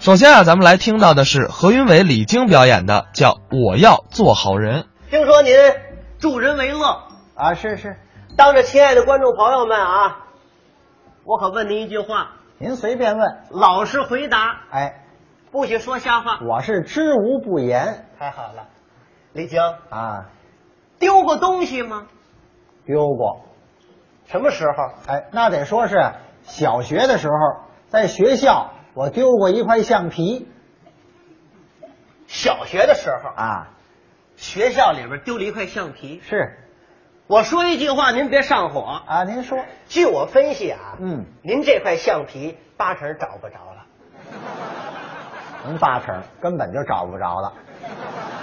首先啊，咱们来听到的是何云伟、李菁表演的，叫《我要做好人》。听说您助人为乐啊，是是。当着亲爱的观众朋友们啊，我可问您一句话，您随便问，老实回答，哎，不许说瞎话。我是知无不言太好了，李菁，啊，丢过东西吗？丢过，什么时候？哎，那得说是小学的时候，在学校我丢过一块橡皮小学的时候，啊，学校里边丢了一块橡皮。是我说一句话，您别上火。啊，您说，据我分析啊，嗯，您这块橡皮八成找不着了。您八成根本就找不着了，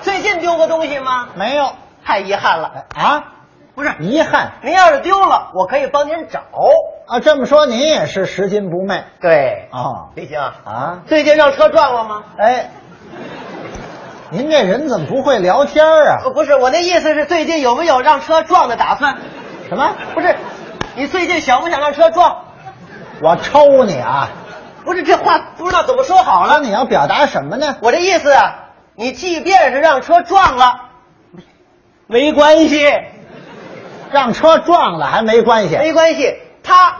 最近丢过东西吗？没有，太遗憾了。哎啊，不是，遗憾您要是丢了，我可以帮您找。啊，这么说您也是拾金不昧对，啊李菁啊，啊，最近让车撞了吗？哎，您这人怎么不会聊天儿啊呃，？不是，我那意思是最近有没有让车撞的打算？什么？不是，你最近想不想让车撞？我抽你啊！不是，这话不知道怎么说好好了了，。你要表达什么呢？我这意思啊，你即便是让车撞了，没关系，让车撞了还没关系没关系。他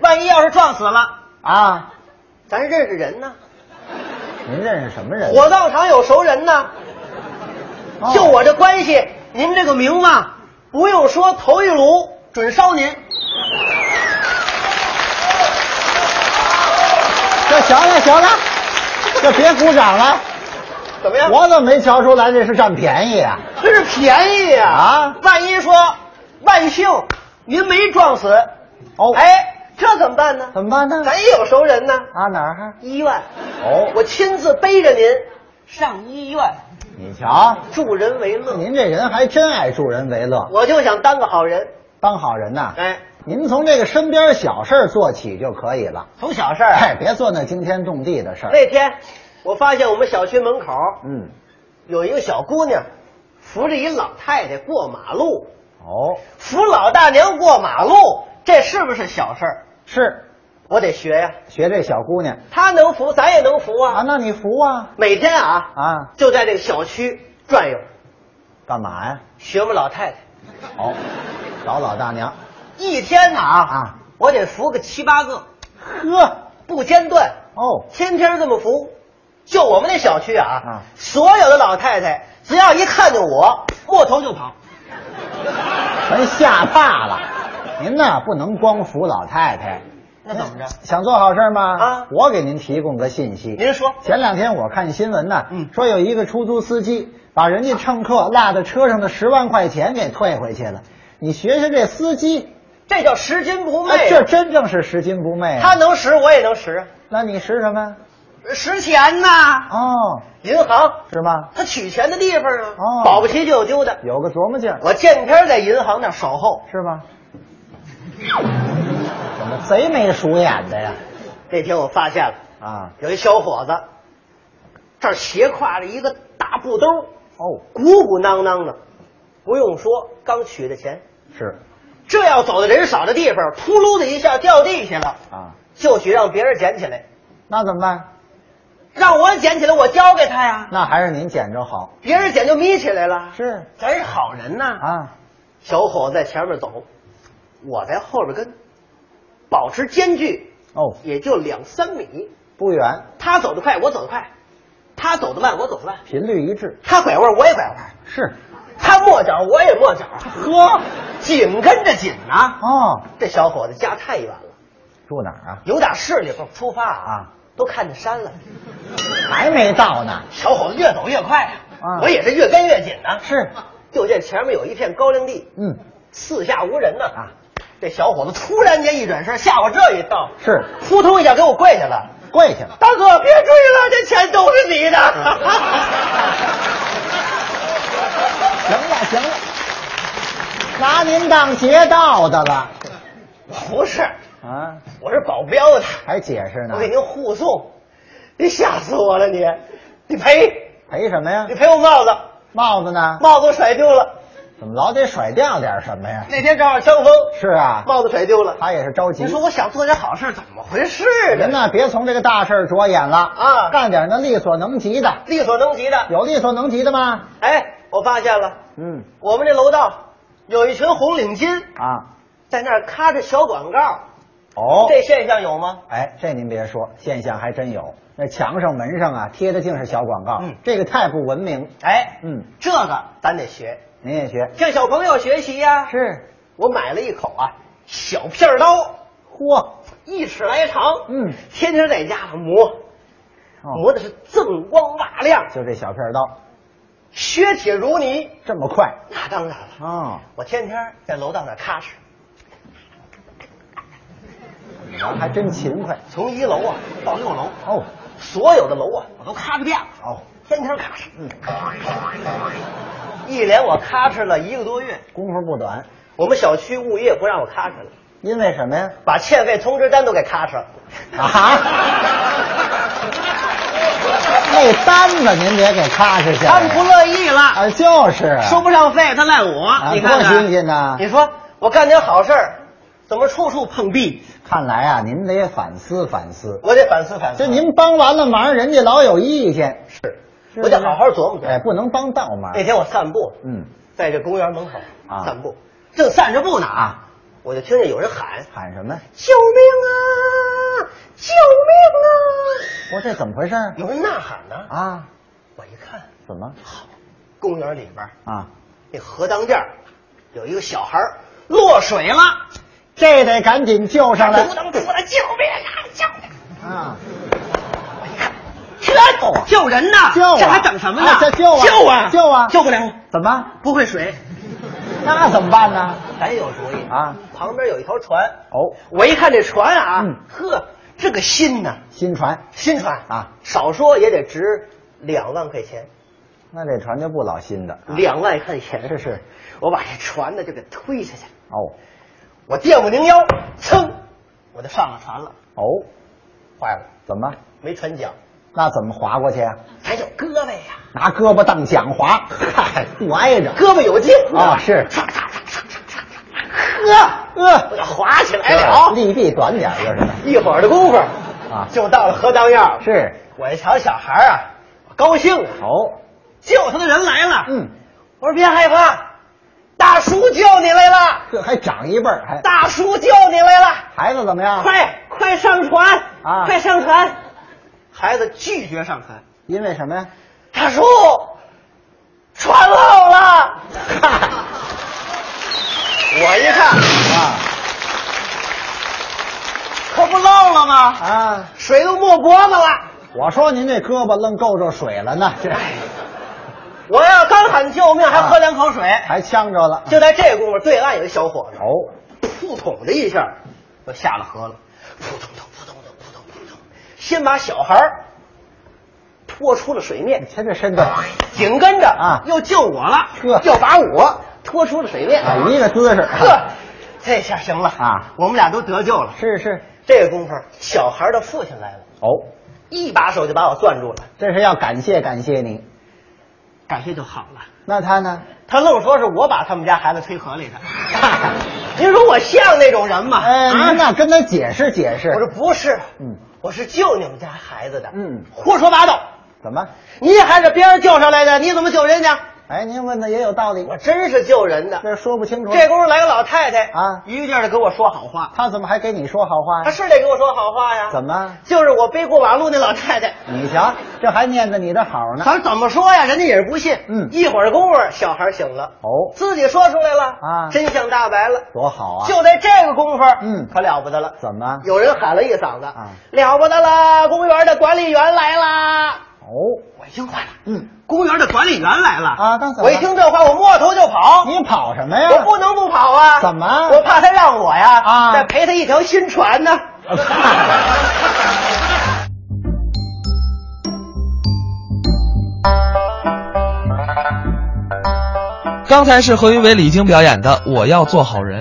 万一要是撞死了，啊？咱认识人呢，您认识什么人？火葬场有熟人呢。哦就我这关系，您这个名嘛，不用说，头一炉准烧您。这行了行了，这别鼓掌了。怎么样？我怎么没瞧出来这是占便宜啊？这是便宜啊啊！万一说万幸您没撞死，哦哎，这怎么办呢？怎么办呢？咱也有熟人呢，啊哪儿？医院。哦我亲自背着您上医院，你瞧，助人为乐。您这人还真爱助人为乐，我就想当个好人。当好人呐。哎，您从这个身边小事儿做起就可以了。从小事儿啊哎，别做那惊天动地的事儿。那天我发现我们小区门口嗯，有一个小姑娘扶着一老太太过马路，哦，扶老大娘过马路，这是不是小事儿？是我得学呀、学这小姑娘她能扶，咱也能扶啊，啊。那你服啊每天啊，啊？就在这个小区转悠，干嘛呀？学我们老太太。哦，找老大娘。一天呐啊啊，我得扶个七八个，呵，不间断，哦，天天这么扶。就我们那小区啊，啊所有的老太太只要一看见我，摸头就跑。全吓怕了。您呐，不能光扶老太太。那怎么着想做好事吗？啊我给您提供个信息。您说前两天我看新闻呢，嗯说有一个出租司机把人家乘客落在车上的十万块钱给退回去了。你学学这司机，这叫拾金不那昧、啊这真正是拾金不昧、啊。他能拾，我也能啊拾，那你拾什么呀？拾钱呐、哦，银行是吗？他取钱的地方啊，哦保不齐就有丢的。有个琢磨劲儿，我见天在银行那儿守候，是吗？怎么贼眉鼠眼的呀？那天我发现了。啊，有一小伙子，这儿斜挎着一个大布兜，哦，鼓鼓囊囊的，不用说，刚取的钱。是这要走到人少的地方，扑噜的一下掉地下了，啊，就许让别人捡起来，那怎么办？让我捡起来，我交给他呀。那还是您捡着好。别人捡就眯起来了，是咱是好人呐。啊，小伙子在前面走，我在后边跟，保持间距，哦，也就两三米。不远，他走得快，我走得快；他走得慢，我走得慢。频率一致。他拐弯，我也拐弯。是，他磨脚，我也磨脚，呵，紧跟着紧呐、哦，这小伙子家太远了，住哪儿啊？有点势力不出发啊，都看见山了。还没到呢。小伙子越走越快啊我也是越跟越紧呐、是，就见前面有一片高粱地，嗯，四下无人呢。啊，这小伙子突然间一转身，吓我这一跳，是扑通一下给我跪下了。跪下了。大哥，别追了，这钱都是你的。 行了行了，拿您当劫道的了不是，啊？我是保镖的。还解释呢我？给您护送，你吓死我了你！你赔，赔什么呀你？赔我帽子，帽子呢？帽子甩丢了，怎怎么老得甩掉点什么呀？那天正好枪风，是啊，帽子甩丢了。他也是着急。你说我想做点好事，怎么回事您呢？呢，别从这个大事儿着眼了啊干点那力所能及的。力所能及的。有力所能及的吗？哎，我发现了，嗯我们这楼道有一群红领巾啊，在那儿咔着小广告，哦，这现象有吗？哎，这您别说，现象还真有。那墙上、门上啊，贴的竟是小广告，嗯这个太不文明。哎，嗯，这个咱得学，您也学？向小朋友学习呀、是，我买了一口啊小片儿刀，嚯，一尺来长，嗯天天在家上磨，哦磨的是锃光瓦亮，就这小片刀，削铁如泥。这么快那当然了，啊？我天天在楼道那咔哧，你玩还真勤快从一楼啊到六楼，哦所有的楼啊我都咔哧遍了，哦，天天咔哧，一连我咔哧了一个多月。功夫不短。我们小区物业不让我咔哧了，因为什么呀？把欠费通知单都给咔哧了。啊啊那单子您别给咔哧下 他来们不乐意了，啊，就是啊收不上费，他赖我。啊你看看多新鲜呐你说我干点好事儿，怎么处处碰壁？看来啊，您得反思反思。我得反思反思。这您帮完了忙，人家老有意见，是，是不我是得好好琢磨琢哎，磨。不能帮倒忙那。天我散步，嗯，在这公园门口啊散步，正散着步呢啊，我就听见有人喊喊什么？：“救命啊！救命我这怎么回事啊！”有人呐喊呢啊！啊？我一看，怎么公园里边啊？那河当店儿有一个小孩儿落水了，这得赶紧救上来扑腾扑腾，救命啊！救命！啊！起来，救人呐！救啊这还等什么呢啊？这救啊救啊！救啊救不了，怎么？不会水，那怎么办呢？咱有主意啊！旁边有一条船，哦，我一看这船啊，嗯呵，这个新呐，新船，新船啊，少说也得值两万块钱，那这船就不老新的。啊两万块钱是是，我把这船呢就给推下去，哦我垫不拧腰，噌，我就上了船了，哦，坏了，怎么？没船哎桨，那怎么划过去啊？咱有胳膊呀，拿胳膊当桨划， 嗨，不挨着。胳膊有劲啊是唰唰唰唰唰唰唰呵，我呃，就滑起来了。利弊短点儿就是。一会儿的功夫啊就到了河当院儿。是我一瞧小孩儿啊，我高兴啊，哦，救他的人来了。嗯，我说别害怕，大叔救你来了，这还长一辈儿，还大叔救你来了，孩子怎么样？快快上船啊快上船！孩子拒绝上船，因为什么呀？大叔，船漏 了。我一看，啊可不漏了吗？啊！水都没脖子了。我说您这胳膊愣够着水了呢，这哎我要刚喊救命，还喝两口水。 还呛着了。就在这功夫，对岸有一小伙子，哦，扑通的一下就下了河了，扑通通扑通通扑通扑通，先把小孩儿拖出了水面你，瞧这身段，哎紧跟着啊又救我了，呵又把我拖出了水面。啊，一个姿势。呵，这下行了啊我们俩都得救了。 是是。这个功夫，小孩的父亲来了，哦，一把手就把我攥住了，这是要感谢感谢你。感谢就好了。那他呢？他愣说是我把他们家孩子推河里的。 您说我像那种人吗？哎，啊您那跟他解释解释。我说不是，嗯，我是救你们家孩子的。嗯胡说八道！怎么？你还是别人救上来的，你怎么救人家？哎，您问的也有道理，我真是救人的。这说不清楚。这功夫来个老太太啊一个劲儿的给我说好话，他怎么还给你说好话她呀？是得给我说好话呀。怎？么？嗯就是我背过马路那老太太，你瞧，这还念着你的好呢。咱怎么说呀？人家也是不信。嗯一会儿功夫，小孩醒了，哦，自己说出来了啊真相大白了。多好啊！就在这个功夫，嗯可了不得了。怎么？有人喊了一嗓子啊了不得啦！公园的管理员来啦！哦，我一听坏了，嗯，公园的管理员来了啊刚才我一听这话，我摸头就跑，你跑什么呀？我不能不跑啊！怎么我怕他让我呀啊再赔他一条新船 呢。刚才是何云伟、李菁表演的《我要做好人》。